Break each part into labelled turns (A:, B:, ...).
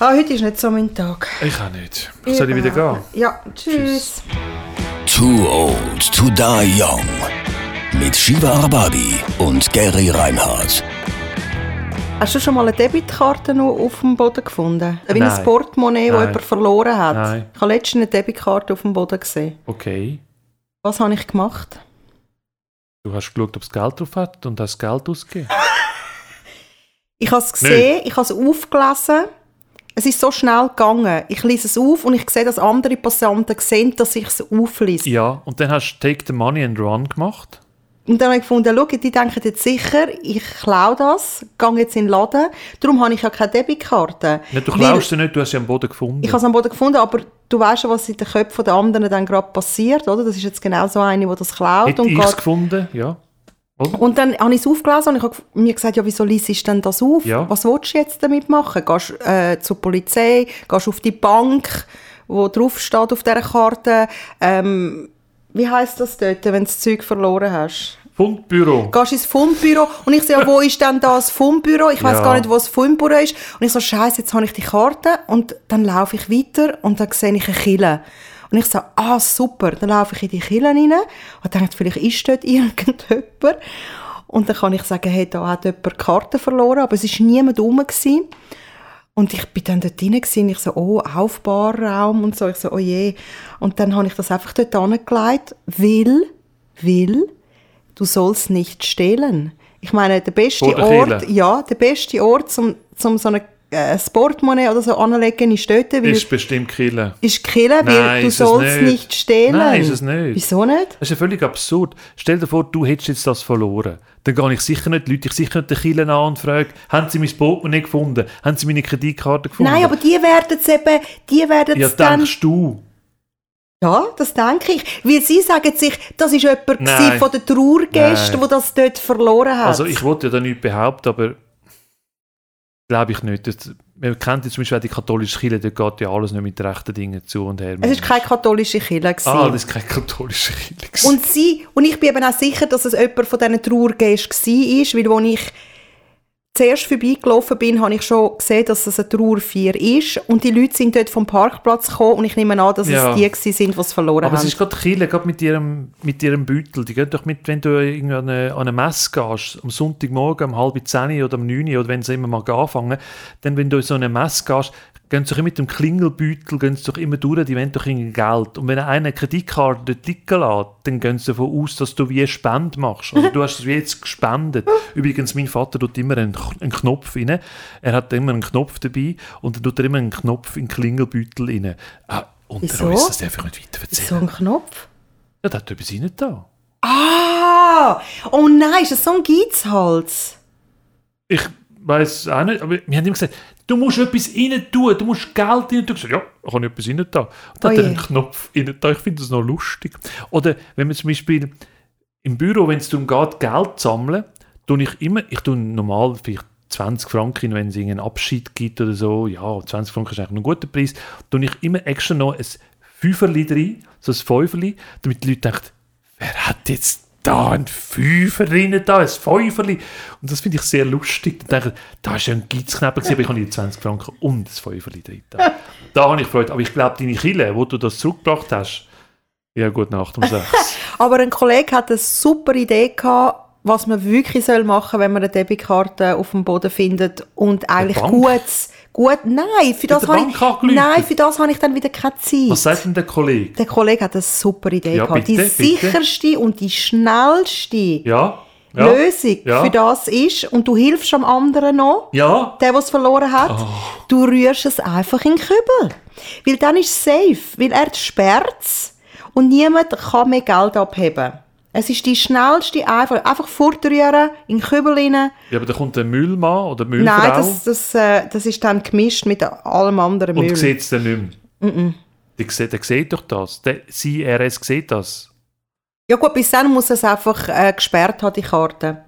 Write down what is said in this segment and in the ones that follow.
A: Ah, heute ist nicht so mein Tag.
B: Ich auch nicht. Ich soll ich wieder gehen?
A: Ja, tschüss.
C: Too Old to Die Young. Mit Shiva Arbabi und Gary Reinhardt.
A: Hast du schon mal eine Debitkarte noch auf dem Boden gefunden? Wie
B: Nein.
A: ein Portemonnaie, das
B: Nein.
A: jemand verloren hat.
B: Nein.
A: Ich habe letztens eine Debitkarte auf dem Boden gesehen.
B: Okay.
A: Was habe ich gemacht?
B: Du hast geschaut, ob es Geld drauf hat und hast Geld ausgegeben.
A: Ich habe es gesehen, ich habe es aufgelesen. Es ist so schnell gegangen. Ich lese es auf und ich sehe, dass andere Passanten sehen, dass ich es auflese.
B: ja, und dann hast du Take the Money and Run gemacht.
A: Und dann habe ich gefunden, schau, die denken jetzt sicher, ich klaue das, gehe jetzt in den Laden. Darum habe ich ja keine Debitkarte.
B: Nicht, du
A: Weil-
B: klaust sie nicht, du hast sie am Boden gefunden.
A: Ich habe es am Boden gefunden, aber du weißt ja, was in den Köpfen der anderen dann gerade passiert, oder? Das ist jetzt genau so eine, die das klaut
B: Hätte
A: und
B: ich es
A: geht.
B: gefunden, ja.
A: Und dann habe ich es aufgelesen und ich habe gef- mir gesagt, ja, wieso liest du denn das auf?
B: Ja.
A: Was willst du jetzt damit machen? Gehst äh, zur Polizei, gehst auf die Bank, wo draufsteht auf dieser Karte, ähm, wie heisst das dort, wenn du das Zeug verloren hast?
B: Fundbüro.
A: Gehst ins Fundbüro und ich so, ja, wo ist denn das Fundbüro? Ich weiß
B: Ja.
A: gar nicht, wo das Fundbüro ist. Und ich so, scheiße, jetzt habe ich die Karte und dann laufe ich weiter und dann sehe ich eine Kille. Und ich so, ah, super, dann laufe ich in die Kille rein und denke, vielleicht ist dort irgendjemand. Und dann kann ich sagen, hey, da hat jemand die Karte verloren, aber es ist niemand rum gewesen. Und ich bin dann dort rein gewesen, ich so, oh, Aufbauraum und so, ich so, oh je. Und dann habe ich das einfach dort angelegt, weil, weil, du sollst nicht stehlen. Ich meine, der beste
B: Vor der
A: Ort,
B: Kirche.
A: ja, der beste Ort, um zum so eine äh, Sportmonnaie oder so anzulegen, ist dort, weil
B: Ist bestimmt Killer.
A: ist Kille,
B: Nein,
A: weil du
B: ist es
A: sollst
B: nicht.
A: nicht stehlen.
B: Nein, ist es nicht.
A: Wieso nicht?
B: Das ist ja völlig absurd. Stell dir vor, du hättest jetzt das verloren. Dann gehe ich sicher nicht, Leute ich sicher nicht den Killen an und frage, haben sie mein Portemonnaie gefunden? Haben sie meine Kreditkarte gefunden?
A: Nein, aber die werden es eben, die werden
B: Ja,
A: es dann
B: denkst du.
A: Ja, das denke ich. Weil sie sagen sich, das ist jemand gewesen
B: Nein.
A: von den Trauergästen,
B: Nein.
A: der das dort verloren hat.
B: Also ich wollte ja da nichts behaupten, aber glaube ich nicht. Das, man kennt ja zum Beispiel auch die katholische Kirche, da geht ja alles nicht mit rechten Dingen zu und her.
A: es ist keine katholische Kirche. gewesen.
B: Ah, das ist keine katholische Kirche.
A: und, sie, und ich bin eben auch sicher, dass es jemand von diesen Trauergästen war, weil als ich zuerst vorbeigelaufen bin, habe ich schon gesehen, dass es ein Trauerfeier ist und die Leute sind dort vom Parkplatz gekommen und ich nehme an, dass
B: Ja.
A: es die gewesen sind, die es verloren
B: aber es
A: haben.
B: ist gerade die Kirche, gerade mit ihrem, mit ihrem Beutel. Die gehen doch mit, wenn du irgendwie an eine, an eine Messe gehst, am Sonntagmorgen um halb zehn oder um neun oder wenn sie immer mal anfangen, dann wenn du in so eine Messe gehst, gehen sie doch immer mit dem Klingelbeutel gehen sie doch immer durch, die wollen doch irgendwie Geld. Und wenn einer eine Kreditkarte dort liegen lässt, dann gehen sie davon aus, dass du wie eine Spende machst. Also du hast es wie jetzt gespendet. Übrigens, mein Vater tut immer einen, K- einen Knopf rein. Er hat immer einen Knopf dabei und dann tut er immer einen Knopf in den Klingelbeutel rein. Ah, unter
A: Wieso?
B: uns, das darf ich nicht weiter erzählen.
A: so ein Knopf.
B: Ja, das hat etwas rein da.
A: Ah! Oh nein, ist das so ein Geizhals?
B: Ich weiß auch nicht, aber wir haben ihm gesagt, du musst etwas rein tun, du musst Geld rein tun. Ich gesagt, ja, ich habe etwas rein da. Und
A: Oh
B: dann hat er
A: je.
B: einen Knopf rein da. Ich finde das noch lustig. Oder wenn man zum Beispiel im Büro, wenn es darum geht, Geld zu sammeln, tue ich immer, ich tue normal vielleicht 20 Franken, wenn es irgendeinen Abschied gibt oder so, ja, 20 Franken ist eigentlich noch ein guter Preis, tue ich immer extra noch ein Fünferli rein, so ein Fünferli, damit die Leute denken, wer hat jetzt da ein Fünfer rein, da ein Fünferli? Und das finde ich sehr lustig. Dann denke ich, da ist ja ein Gitzknäppel gewesen, aber ich habe hier 20 Franken und ein Fünferli drin. Da, da habe ich Freude. Aber ich glaube, deine Kille, wo du das zurückgebracht hast, ja, gut, Nacht um sechs.
A: Aber ein Kollege hat eine super Idee gehabt, was man wirklich soll machen soll, wenn man eine Debitkarte auf dem Boden findet und eigentlich
B: Bank?
A: gutes, gut, nein, für das
B: der
A: habe
B: Bank
A: ich,
B: angerufen?
A: nein, für das habe ich dann wieder keine Zeit.
B: Was sagt denn der Kollege?
A: der Kollege hat eine super Idee
B: Ja,
A: gehabt.
B: bitte,
A: die
B: bitte.
A: sicherste und die schnellste
B: Ja. ja.
A: Lösung
B: ja.
A: für das ist, und du hilfst am anderen noch,
B: Ja.
A: der, der es verloren hat,
B: Oh.
A: du rührst es einfach in den Kübel. Weil dann ist es safe, weil er sperrt es und niemand kann mehr Geld abheben. Es ist die schnellste, einfach, einfach fortrühren, in den Kübel rein.
B: ja, aber da kommt der Müllmann oder die Müllfrau
A: Nein, das, das, äh, das ist dann gemischt mit allem anderen
B: und
A: Müll.
B: sieht es dann nicht mehr. Der, sieht, der sieht doch das. Der CRS sieht das.
A: Ja gut, bis dann muss es einfach äh, gesperrt haben, die Karte.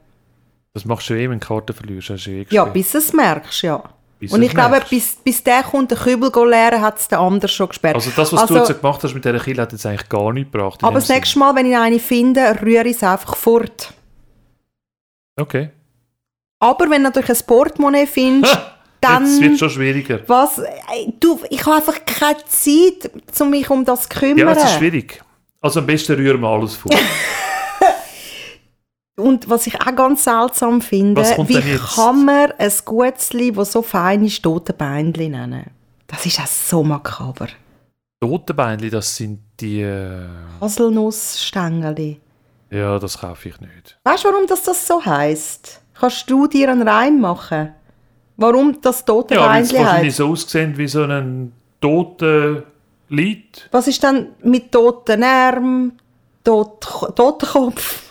B: Das machst du eh, wenn du Karten verlierst. Hast du eh
A: Ja,
B: gespielt.
A: bis du es merkst, ja.
B: Bis
A: und
B: du
A: ich
B: es
A: glaube,
B: merkst.
A: bis, bis der kommt, den Kübel go leeren, hat es der andere schon gesperrt.
B: Also das, was
A: Also-
B: du jetzt gebracht hast mit dieser Kille, hat jetzt eigentlich gar nichts gebracht. in
A: Aber
B: dem
A: das nächste Mal, wenn ich eine finde, rühre ich es einfach fort.
B: Sinn. Okay.
A: Aber wenn du natürlich ein Portemonnaie findest, dann...
B: Jetzt wird es schon schwieriger.
A: Was? Ey, Du, ich habe einfach keine Zeit, um mich um das zu kümmern.
B: Ja, es ist schwierig. Also am besten rühren wir alles vor.
A: Und was ich auch ganz seltsam finde,
B: Was kommt
A: wie
B: denn jetzt?
A: kann man ein Gutzli, das so fein ist, tote Beinli nennen? Das ist auch so makaber.
B: Totenbeinli, das sind die... äh,
A: Haselnussstängeli.
B: Ja, das kaufe ich nicht.
A: Weißt du, warum das, das so heißt? Kannst du dir einen Reim machen? Warum das tote
B: Ja, weil es
A: Beinli
B: wahrscheinlich
A: heißt?
B: so aussehen wie so ein toter Lied.
A: Was ist dann mit toten Arm, tot, Totenkopf?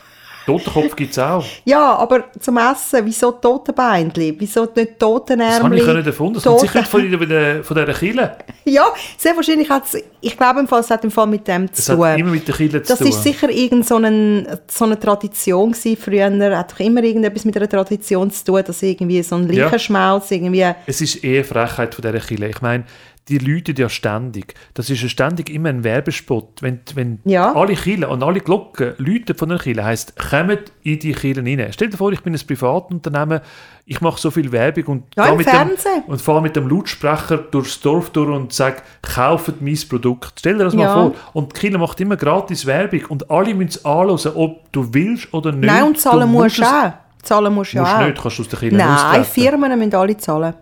B: Totenkopf gibt es auch.
A: Ja, aber zum Essen, wieso tote Beinli? Wieso nicht toten
B: Das habe ich ja nicht erfunden. Das kommt sicher nicht von dieser, von dieser Kille.
A: Ja, sehr wahrscheinlich hat es, ich glaube im Fall, es hat im Fall mit dem
B: Das
A: zu
B: hat
A: tun.
B: immer mit der Kille zu
A: Das
B: tun.
A: ist sicher irgend so, ein, so eine Tradition gewesen. früher, hat doch immer irgendetwas mit einer Tradition zu tun, dass irgendwie so ein
B: Ja.
A: Leichenschmalz irgendwie...
B: Es ist eher Frechheit von dieser Kille. Ich meine, die läuten ja ständig. Das ist ja ständig immer ein Werbespot. Wenn, wenn
A: Ja.
B: alle Kille und alle Glocken läuten von der Kille, heisst, kommt in die Kille rein. Stell dir vor, ich bin ein Privatunternehmen, ich mache so viel Werbung und,
A: Ja,
B: gehe
A: im
B: mit
A: Fernsehen.
B: dem, und fahre mit dem Lautsprecher durchs Dorf durch und sage, kauft mein Produkt. Stell dir das
A: Ja.
B: mal vor. Und die Kille macht immer gratis Werbung und alle müssen es anhören, ob du willst oder nicht.
A: Nein, und zahlen
B: du
A: musst du
B: es-
A: auch. Zahlen musst du
B: Musst
A: auch.
B: nicht, kannst du aus der Kille
A: Nein,
B: austreten.
A: Firmen müssen alle zahlen.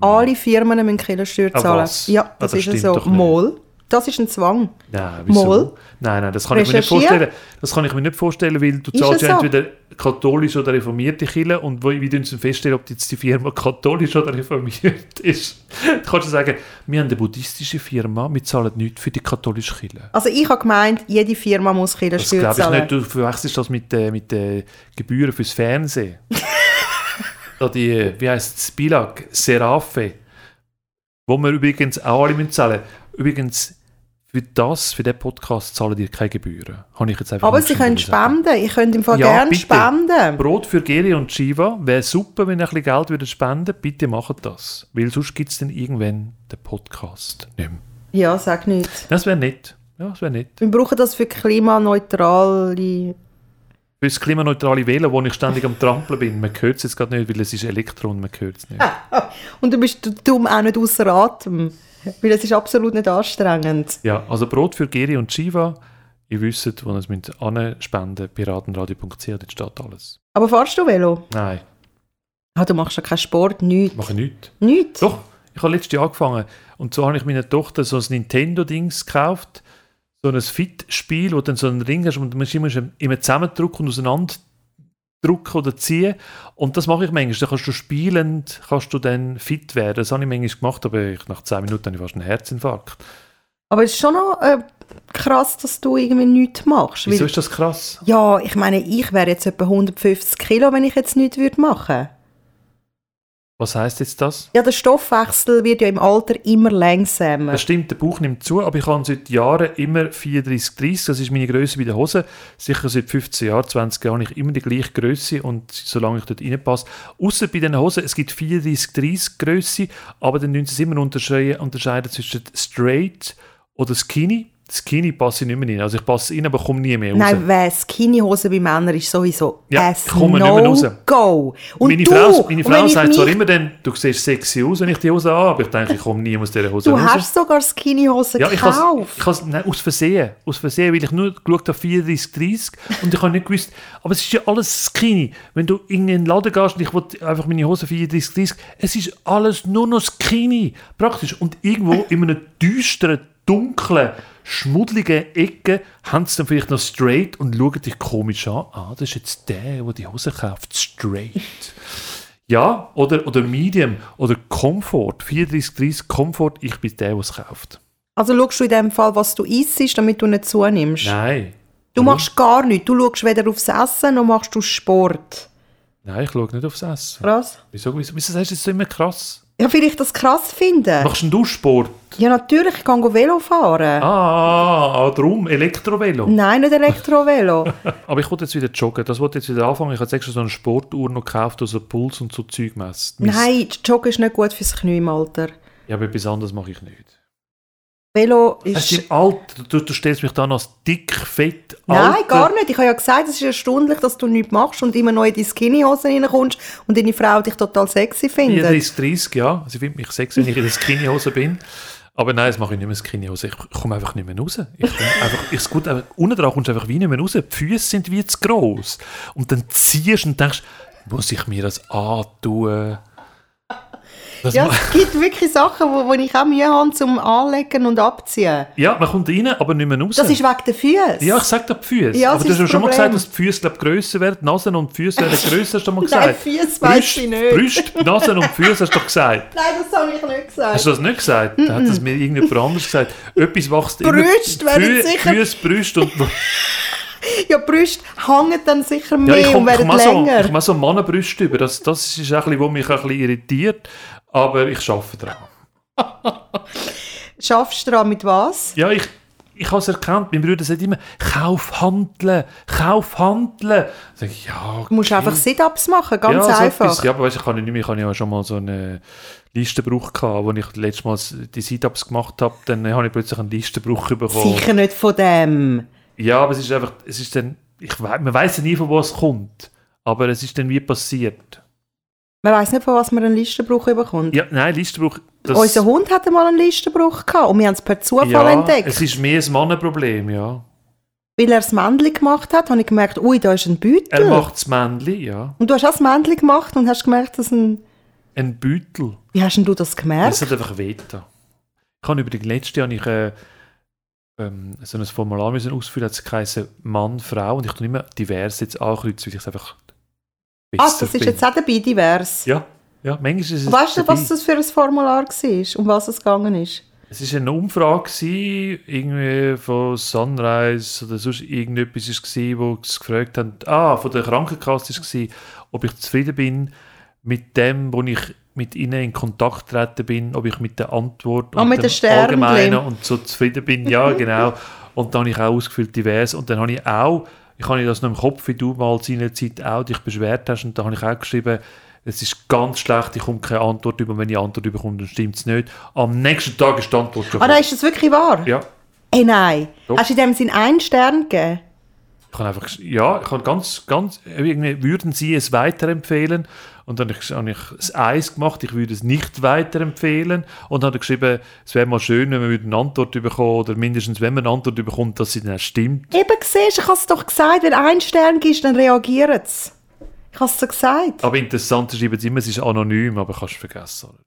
A: Alle Firmen müssen Kirchensteuer
B: Ah,
A: zahlen.
B: was?
A: Ja,
B: Ah,
A: das,
B: das
A: ist
B: stimmt
A: so.
B: doch nicht.
A: Mol. Das ist ein Zwang.
B: Nein, wieso?
A: Mal.
B: Nein, nein, das kann ich mir nicht
A: Recherchieren?
B: vorstellen. Das kann ich mir nicht vorstellen, weil du
A: Ist
B: zahlst
A: es
B: ja
A: so?
B: entweder katholisch oder reformierte Kirche und wo, wie tun sie feststellen, ob jetzt die Firma katholisch oder reformiert ist. Du kannst ja sagen, wir haben eine buddhistische Firma, wir zahlen nichts für die katholische Kirche.
A: Also ich habe gemeint, jede Firma muss
B: Das
A: Kirchensteuer
B: glaube ich
A: zahlen.
B: nicht. Du verwechselst das mit den mit, den Gebühren fürs Fernsehen. da die, äh, wie heisst es, Bilag, Seraphe, wo wir übrigens auch alle müssen zahlen Übrigens, für das, für den Podcast zahlen dir keine Gebühren. Habe ich jetzt einfach
A: Aber
B: nicht
A: sie können
B: sagen.
A: spenden. Ich könnte im Fall
B: Ja,
A: gerne
B: bitte.
A: spenden.
B: Brot für Geri und Shiva wäre super, wenn ihr ein bisschen Geld würdet spenden Bitte macht das. Weil sonst gibt es dann irgendwann den Podcast nicht mehr.
A: Ja, sag nichts.
B: Das wäre nett. Ja, das wäre nett.
A: Wir brauchen das für klimaneutrale.
B: Für das klimaneutrale Wählen, wo ich ständig am Trampeln bin. Man hört es jetzt gerade nicht, weil es ist Elektron, man hört es nicht.
A: Und du bist dumm auch nicht außer Atem. Weil es ist absolut nicht anstrengend.
B: Ja, also Brot für Geri und Shiva. Ihr wisst, wo ihr es mit anspenden piratenradio.ch, dort steht alles.
A: Aber fahrst du Velo?
B: Nein,
A: Ah, du machst ja keinen Sport, nichts.
B: mache ich nicht.
A: Nichts?
B: Doch, ich habe letztes Jahr angefangen. Und so habe ich meiner Tochter so ein Nintendo-Dings gekauft. So ein Fit-Spiel, wo du dann so einen Ring hast und du musst immer, immer zusammendrücken und auseinanderdrücken oder ziehen. Und das mache ich manchmal. Dann kannst du spielend kannst du dann fit werden. Das habe ich manchmal gemacht, aber ich, nach 10 Minuten habe ich fast einen Herzinfarkt.
A: Aber es ist schon noch äh, krass, dass du irgendwie nichts machst.
B: Wieso
A: Weil,
B: ist das krass?
A: ja, ich meine, ich wäre jetzt etwa 150 Kilo, wenn ich jetzt nichts würd machen würde.
B: Was heißt jetzt das?
A: Ja, der Stoffwechsel wird ja im Alter immer langsamer.
B: Das stimmt, der Bauch nimmt zu, aber ich habe seit Jahren immer 34, 30, das ist meine Größe bei der Hose. Sicher seit 15 Jahren, 20 Jahren habe ich immer die gleiche Größe und solange ich dort reinpasse. Außer bei den Hosen, es gibt 34, 30 Größe, aber dann müssen sie immer unterscheiden, unterscheiden zwischen straight oder skinny. Skinny passe ich nicht mehr rein. Also ich passe rein, aber komme nie mehr raus.
A: Nein, wer Skinnyhose bei Männern ist sowieso
B: Ja,
A: ein
B: ich komme nicht mehr raus.
A: No-Go. Und
B: meine
A: du,
B: Frau, meine
A: und wenn
B: Frau
A: ich
B: sagt zwar
A: mich-
B: immer dann, du siehst sexy aus, wenn ich die Hose habe, aber ich denke, ich komme nie aus dieser Hose
A: Du
B: raus.
A: hast sogar Skinnyhose
B: Ja, ich habe
A: gekauft.
B: ich has, nein, aus Versehen, aus Versehen, weil ich nur geschaut habe 34, 30 und ich habe nicht gewusst, aber es ist ja alles skinny. Wenn du in einen Laden gehst und ich will einfach meine Hose 34, 30, es ist alles nur noch skinny, praktisch. Und irgendwo in einer düsteren, dunklen, schmuddeligen Ecke haben sie dann vielleicht noch straight und schauen dich komisch an. Ah, das ist jetzt der, der die Hose kauft, straight. Ja, oder, oder Medium, oder Comfort, 34, 30, Comfort, ich bin der, der es kauft.
A: Also schaust du in dem Fall, was du isst, damit du nicht zunimmst.
B: Nein.
A: Du machst gar nichts. Du schaust weder aufs Essen noch machst du Sport.
B: Nein, ich schaue nicht aufs Essen.
A: Krass.
B: Wieso, wieso, wieso sagst du das so immer krass?
A: Ja, weil ich das krass finde.
B: Machst denn du Sport?
A: Ja, natürlich, ich kann go Velo fahren.
B: Ah, ah drum, Elektrovelo.
A: Nein, nicht Elektrovelo.
B: Aber ich wollte jetzt wieder joggen. Das wollte ich jetzt wieder anfangen. Ich habe jetzt extra so eine Sportuhr noch gekauft, die so Puls und so Zeug messt. Mist.
A: Nein, Joggen ist nicht gut fürs Knie im Alter.
B: Ja, aber etwas anderes mache ich nicht.
A: Velo ist...
B: Es ist alt, du, du stellst mich da noch als dick, fett,
A: Nein,
B: alter-
A: gar nicht. Ich habe ja gesagt, es ist erstaunlich, dass du nichts machst und immer noch in die Skinnyhosen reinkommst und deine Frau dich total sexy
B: Jeder
A: findet.
B: ist 30, ja. Sie findet mich sexy, wenn ich in der Skinnyhose bin. Aber nein, das mache ich nicht mehr Skinnyhose. Ich komme einfach nicht mehr raus. Ich komme einfach, ich, gut, unten dran kommst du einfach wie nicht mehr raus. Die Füße sind wie zu gross. Und dann ziehst und denkst, muss ich mir das antun? Das
A: Ja,
B: ma-
A: es gibt wirklich Sachen, wo, wo ich auch Mühe habe zum Anlegen und Abziehen.
B: ja, man kommt rein, aber nicht mehr raus.
A: Das ist wegen den Füßen.
B: ja, ich sage da die Füße.
A: Ja, das
B: aber du
A: ist
B: hast ja schon mal
A: das
B: gesagt,
A: Problem.
B: dass die Füße glaub, grösser werden. Die Nasen und die Füße werden grösser, hast du mal gesagt.
A: Füße weiss ich nicht.
B: Brüste, Nasen und Füße hast du doch gesagt.
A: Nein, das habe ich nicht gesagt.
B: Hast du das nicht gesagt? Dann hat das mir irgendjemand anders gesagt. Etwas wächst
A: Brüste
B: immer.
A: wären
B: Fü-
A: sicher-
B: Füße, Brüste und...
A: Ja, die Brüste hängen dann sicher
B: Also- Ja,
A: mehr
B: ich
A: und
B: komme
A: werden
B: komm auch so,
A: länger.
B: ich komm auch so Mannenbrüste über. Das, das ist auch ein bisschen, was mich ein bisschen irritiert. Aber ich arbeite daran.
A: Schaffst du daran mit was?
B: Ja, ich, ich habe es erkannt. Mein Bruder sagt immer, kauf, handeln, kauf, handeln. Ich sage, ja, okay.
A: Du musst einfach Sit-Ups machen, ganz
B: ja, so
A: einfach.
B: etwas. Ja, aber weißt, ich kann ja nicht mehr, ich habe ja schon mal so einen Listenbruch gehabt, wo ich letztes Mal die Sit-Ups gemacht habe, dann habe ich plötzlich einen Listenbruch bekommen.
A: Sicher nicht von dem.
B: Ja, aber es ist einfach, es ist dann, ich weiß, man weiß ja nie, von wo es kommt, aber es ist dann wie passiert.
A: Man weiß nicht, von was man einen Listenbruch bekommt.
B: Ja, nein, Listenbruch, das
A: Unser Hund hatte mal einen Listenbruch gehabt und wir haben es per Zufall
B: ja,
A: entdeckt.
B: es ist mehr ein Mannenproblem, ja.
A: Weil er das Männchen gemacht hat, habe ich gemerkt, ui, da ist ein Beutel.
B: Er macht das Männchen, ja.
A: und du hast auch das Männchen gemacht und hast gemerkt, dass ein...
B: Ein Beutel.
A: Wie hast denn du das gemerkt?
B: Es hat einfach wehgetan. Ich habe über die letzte Jahr ich, äh, ähm, so ein Formular müssen ausfüllen, hat es geheißen Mann, Frau und ich tue immer divers jetzt ankreuzen, weil ich es einfach
A: ah,
B: besser
A: das ist
B: finde.
A: jetzt auch dabei divers.
B: Ja, ja, manchmal ist es
A: weißt du,
B: dabei.
A: was das für ein Formular war, um was es gegangen ist?
B: Es war eine Umfrage, gewesen, irgendwie von Sunrise oder sonst irgendetwas war es, wo sie gefragt haben, ah, von der Krankenkasse war es, ob ich zufrieden bin mit dem, wo ich mit ihnen in Kontakt getreten bin, ob ich mit der Antwort
A: Ah,
B: und
A: mit den
B: dem
A: Sternen.
B: Allgemeinen und so zufrieden bin. Ja, genau. Und dann habe ich auch ausgefüllt divers und dann habe ich auch, ich habe das noch im Kopf, wie du mal seinerzeit auch dich beschwert hast und da habe ich auch geschrieben, es ist ganz schlecht, ich komme keine Antwort über. Wenn ich Antwort bekomme, dann stimmt es nicht. Am nächsten Tag ist die Antwort schon
A: Ah nein,
B: gekommen.
A: ist das wirklich wahr?
B: Ja,
A: Ey, nein.
B: Doch.
A: Hast du in dem Sinn einen Stern gegeben?
B: ich habe einfach, gesch- ja, ich habe ganz, ganz, irgendwie, würden Sie es weiterempfehlen? Und dann habe ich- habe ich das Eis gemacht, ich würde es nicht weiterempfehlen. Und dann habe ich geschrieben, es wäre mal schön, wenn wir wieder eine Antwort bekommen oder mindestens, wenn man eine Antwort bekommt, dass sie dann auch stimmt.
A: Eben, siehst du, ich habe es doch gesagt, wenn ein Stern gibst, dann reagiert es. Ich habe es dir gesagt.
B: Aber interessant ist eben immer, es ist anonym, aber kannst du vergessen. oder?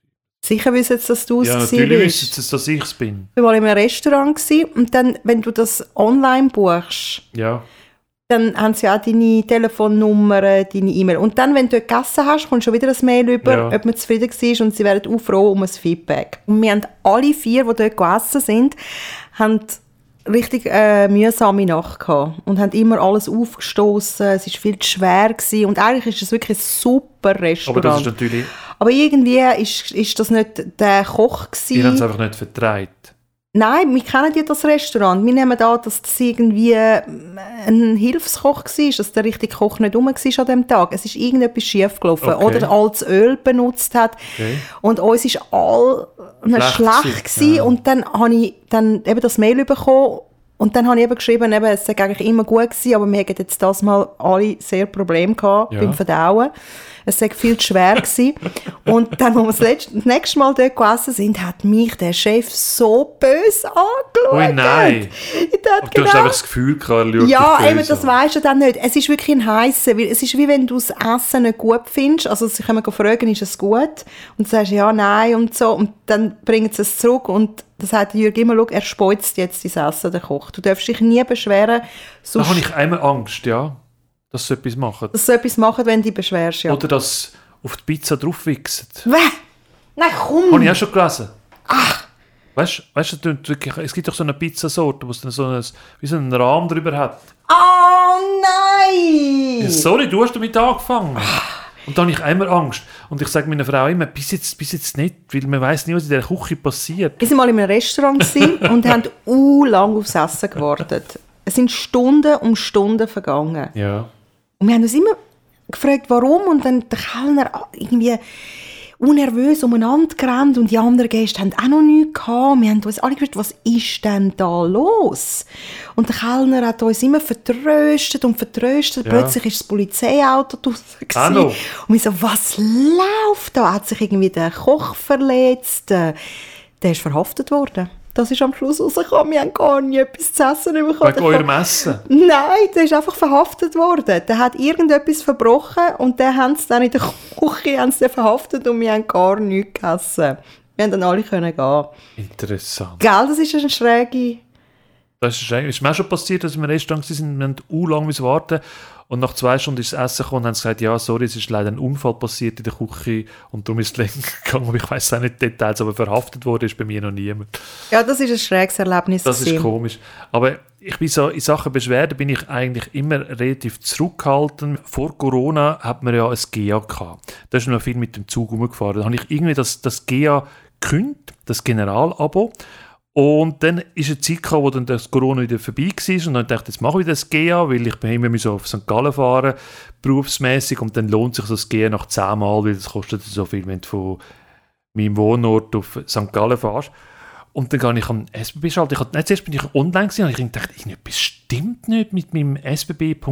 A: Sicher wissen jetzt, dass du es
B: Ja,
A: gewesen
B: natürlich
A: bist.
B: wissen sie, dass ich es bin.
A: Ich war mal in einem Restaurant gewesen, und dann, wenn du das online buchst,
B: Ja.
A: dann haben sie auch deine Telefonnummer, äh, deine E-Mail. Und dann, wenn du dort gegessen hast, kommt schon wieder ein Mail über,
B: Ja.
A: ob man zufrieden war und sie wären auch froh um ein Feedback. Und wir haben alle vier, die dort gegessen sind, haben richtig äh, mühsame Nacht gehabt und haben immer alles aufgestoßen. Es war viel zu schwer gewesen. und eigentlich ist es wirklich ein super
B: Aber
A: Restaurant.
B: das ist natürlich,
A: Aber irgendwie ist, ist das nicht der Koch
B: ihr habt es
A: gewesen.
B: einfach nicht vertreibt.
A: Nein, wir kennen ja das Restaurant. Wir nehmen an, dass das irgendwie ähm, ein Hilfskoch war, dass der richtige Koch nicht rum war an dem Tag. Es ist irgendetwas schiefgelaufen.
B: Okay.
A: Oder altes Öl benutzt hat.
B: Okay.
A: Und uns ist all
B: Schlecht
A: schlecht,
B: gewesen.
A: schlecht gewesen.
B: Ja.
A: Und dann habe ich dann eben das Mail bekommen. Und dann habe ich eben geschrieben, eben, es sei eigentlich immer gut gewesen, aber wir hatten jetzt das Mal alle sehr Probleme gehabt
B: Ja.
A: beim Verdauen. Es sei viel zu schwer gewesen. Und dann, als wir das, letzte, das nächste Mal dort gegessen sind, hat mich der Chef so böse angeschaut.
B: Ui, nein.
A: Ich dachte,
B: Aber Du hast
A: genau.
B: einfach das Gefühl gehabt, er schaut dich
A: Ja,
B: böse
A: eben, das
B: an.
A: weisst du dann nicht. Es ist wirklich ein heißer, weil es ist wie wenn du das Essen nicht gut findest. Also sie können fragen, ist es gut? Und du sagst ja, nein und so. Und dann bringen sie es zurück und dann sagt der Jürg immer, schau, er speuzt jetzt dein Essen, der Koch. Du darfst dich nie beschweren,
B: Da habe
A: sonst,
B: ich einmal Angst, ja, dass sie etwas machen.
A: dass sie etwas machen, wenn du dich beschwerst. Ja.
B: Oder dass sie auf die Pizza draufwichsen.
A: Wäh! Nein,
B: Habe ich
A: komm!
B: auch schon gelesen. Ach! Weißt du, weißt, du, das wirklich- es gibt doch so eine Pizzasorte, wo es dann so ein, wie so einen Rahmen drüber hat.
A: Oh nein!
B: Sorry, du hast damit angefangen. Und da habe ich immer Angst. Und ich sage meiner Frau immer, bis jetzt, bis jetzt nicht, weil man weiß nie, was in der Küche passiert.
A: Wir waren mal in einem Restaurant gewesen und haben u lang aufs Essen gewartet. Es sind Stunden um Stunden vergangen.
B: Ja.
A: Und wir haben uns immer gefragt, warum. Und dann der Kellner ah, irgendwie. unnervös umeinander gerannt und die anderen Gäste haben auch noch nichts gehabt. Wir haben uns alle gewusst, was ist denn da los? Und der Kellner hat uns immer vertröstet und vertröstet.
B: Ja.
A: Plötzlich ist das Polizeiauto draussen
B: Ah,
A: gewesen.
B: no.
A: Und wir so, was läuft da? Hat sich irgendwie der Koch verletzt? Äh, Der ist verhaftet worden. Das ist am Schluss rausgekommen. Wir haben gar nie etwas zu essen bekommen.
B: Wegen eurem Essen.
A: Nein, der ist einfach verhaftet worden. Der hat irgendetwas verbrochen und der haben sie dann in der Küche haben sie den verhaftet und wir haben gar nichts gegessen. Wir haben dann alle können gehen.
B: Interessant.
A: Gell, das ist eine schräge...
B: Das ist, eigentlich- ist mir auch schon passiert, dass wir im Restaurant waren, wir haben u lang müssen warten und nach zwei Stunden ist das Essen gekommen und haben gesagt, ja, sorry, es ist leider ein Unfall passiert in der Küche und darum ist es länger gegangen, aber ich weiß auch nicht die Details, aber verhaftet wurde ist bei mir noch niemand.
A: Ja, das ist ein schräges Erlebnis.
B: Das ist
A: gewesen.
B: komisch. Aber ich bin so in Sachen Beschwerden bin ich eigentlich immer relativ zurückhaltend. Vor Corona hat man ja ein GEA gehabt. Da ist man noch viel mit dem Zug rumgefahren. Da habe ich irgendwie das, das GEA gekündigt, das Generalabo. Und dann ist eine Zeit gekommen, wo dann das Corona wieder vorbei war und dann dachte ich, jetzt mache ich das GEA, weil ich bin immer müssen auf St. Gallen fahren, berufsmäßig und dann lohnt sich das GEA nach zehnmal, weil das kostet so viel, wenn du von meinem Wohnort auf St. Gallen fährst. Und dann gehe ich am SBB schalten. Ich hab, nein, zuerst bin ich online gewesen, und ich dachte, irgendetwas stimmt nicht mit meinem sbb.ch,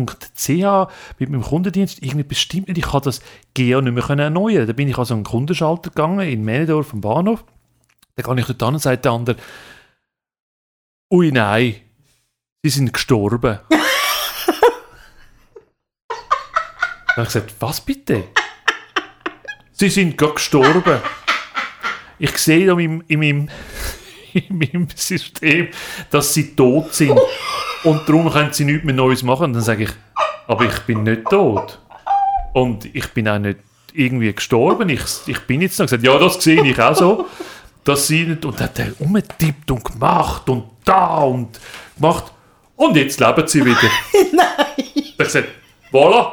B: mit meinem Kundendienst. Irgendetwas stimmt nicht. Ich kann das GEO nicht mehr können erneuern. Da bin ich also an den Kundenschalter gegangen, in Menedorf am Bahnhof. Dann gehe ich dort an und sagt der andere, ui nein, sie sind gestorben. dann habe ich gesagt, was bitte? sie sind gerade gestorben. Ich sehe da in meinem, in meinem in meinem System, dass sie tot sind. Und darum können sie nichts mehr Neues machen. Und dann sage ich, aber ich bin nicht tot. Und ich bin auch nicht irgendwie gestorben. Ich, ich bin jetzt noch gesagt, ja, das sehe ich auch so. Dass sie nicht, und dann hat er umgetippt und gemacht und da und gemacht. Und jetzt leben sie wieder. Nein! Dann gesagt, voilà!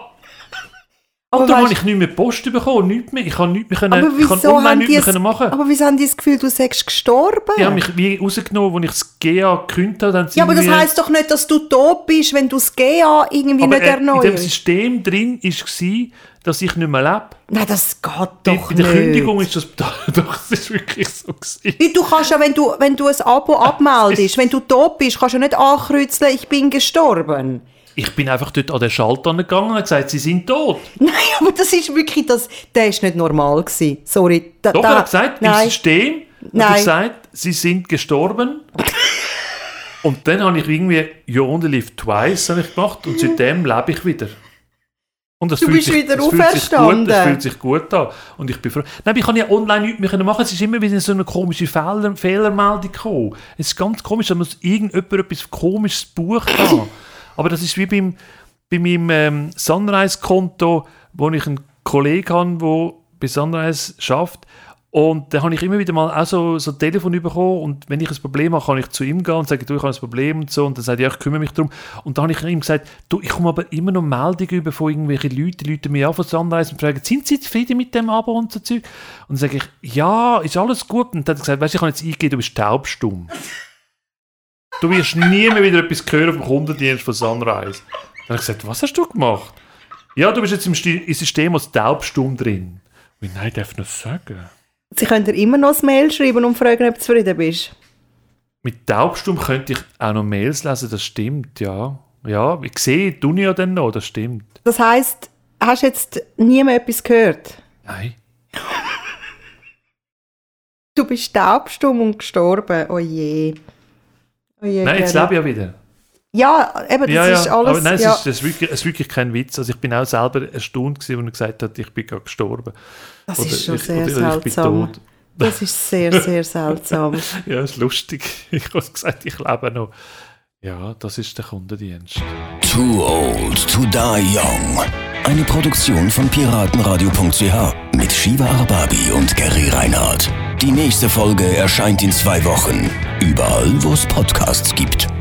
A: Aber,
B: Und darum habe
A: weißt-
B: ich nicht mehr Post bekommen, nichts mehr. Ich kann nichts mehr können,
A: aber
B: ich kann
A: wieso
B: online
A: haben
B: nichts
A: die
B: mehr
A: das,
B: können machen.
A: aber wieso haben die das Gefühl, du sagst gestorben?
B: Die haben mich wie rausgenommen, als ich das GA gekündigt habe. dann sind
A: ja, aber das
B: wir-
A: heisst doch nicht, dass du tot bist, wenn du das GA irgendwie
B: aber
A: nicht
B: er- In dem
A: erneuerst.
B: System drin war, dass ich nicht mehr lebe.
A: Nein, das geht
B: Bei-
A: doch
B: Bei der
A: nicht.
B: Kündigung ist das, doch, das ist wirklich so. Gewesen.
A: Wie, Du kannst ja, wenn du, wenn du ein Abo abmeldest, wenn du tot bist, kannst du ja nicht ankreuzeln, ich bin gestorben.
B: Ich bin einfach dort an den Schalter gegangen und habe gesagt, sie sind tot.
A: Nein, aber das ist wirklich, das, der ist nicht normal gewesen. Sorry. Da,
B: Doch,
A: da,
B: er hat gesagt, im
A: nein.
B: System hat er
A: Nein.
B: gesagt, sie sind gestorben. und dann habe ich irgendwie You Only Live Twice habe ich gemacht und seitdem lebe ich wieder. Und das
A: Du
B: fühlt
A: bist
B: sich,
A: wieder
B: das fühlt sich gut, das
A: auferstanden.
B: fühlt sich gut an. Und ich bin froh. Nein, aber ich kann ja online nichts mehr können machen. Es ist immer wieder so eine komische Fehler, Fehlermeldung gekommen. Es ist ganz komisch, da muss irgendjemand etwas komisches buchen haben. aber das ist wie beim, bei meinem ähm, Sunrise-Konto, wo ich einen Kollegen habe, der bei Sunrise schafft. Und da habe ich immer wieder mal auch so, so ein Telefon bekommen und wenn ich ein Problem habe, kann ich zu ihm gehen und sagen, du, ich habe ein Problem und so. Und dann sagt er, ja, ich kümmere mich darum. Und dann habe ich ihm gesagt, du, ich komme aber immer noch Meldungen über von irgendwelchen Leuten, die Leuten mir an von Sunrise und fragen, sind sie zufrieden mit dem Abo und so Zeug? Und dann sage ich, ja, ist alles gut. Und dann hat er gesagt, weißt du, ich kann jetzt eingehen, du bist taubstumm. Du wirst nie mehr wieder etwas hören vom Kundendienst von Sunrise. Dann habe ich gesagt, was hast du gemacht? Ja, du bist jetzt im, Sti- im System als taubstumm drin. Und ich, nein, darf ich das sagen?
A: Sie können dir immer noch ein Mail schreiben und fragen, ob du zufrieden bist.
B: Mit taubstumm könnte ich auch noch Mails lesen, das stimmt, ja. Ja, ich sehe die Uni ja dann noch, das stimmt.
A: Das heisst, hast jetzt nie mehr etwas gehört?
B: Nein.
A: Du bist taubstumm und gestorben. Oh je. Oh je
B: Nein, jetzt
A: Gerrit.
B: lebe ich ja wieder.
A: Ja, eben, das
B: ja,
A: ist
B: ja.
A: alles.
B: aber nein, es,
A: ja.
B: ist, es, ist wirklich, es ist wirklich kein Witz. Also ich bin auch selber erstaunt gewesen, als er gesagt hat, ich bin gerade gestorben.
A: das
B: Oder
A: ist schon
B: ich-
A: sehr
B: oder ich bin
A: seltsam.
B: tot.
A: Das ist sehr, sehr seltsam.
B: Ja, ist lustig. Ich habe gesagt, ich lebe noch. Ja, das ist der Kundendienst.
C: Too Old to Die Young. Eine Produktion von Piratenradio.ch mit Shiva Arbabi und Gary Reinhardt. Die nächste Folge erscheint in zwei Wochen. Überall, wo es Podcasts gibt.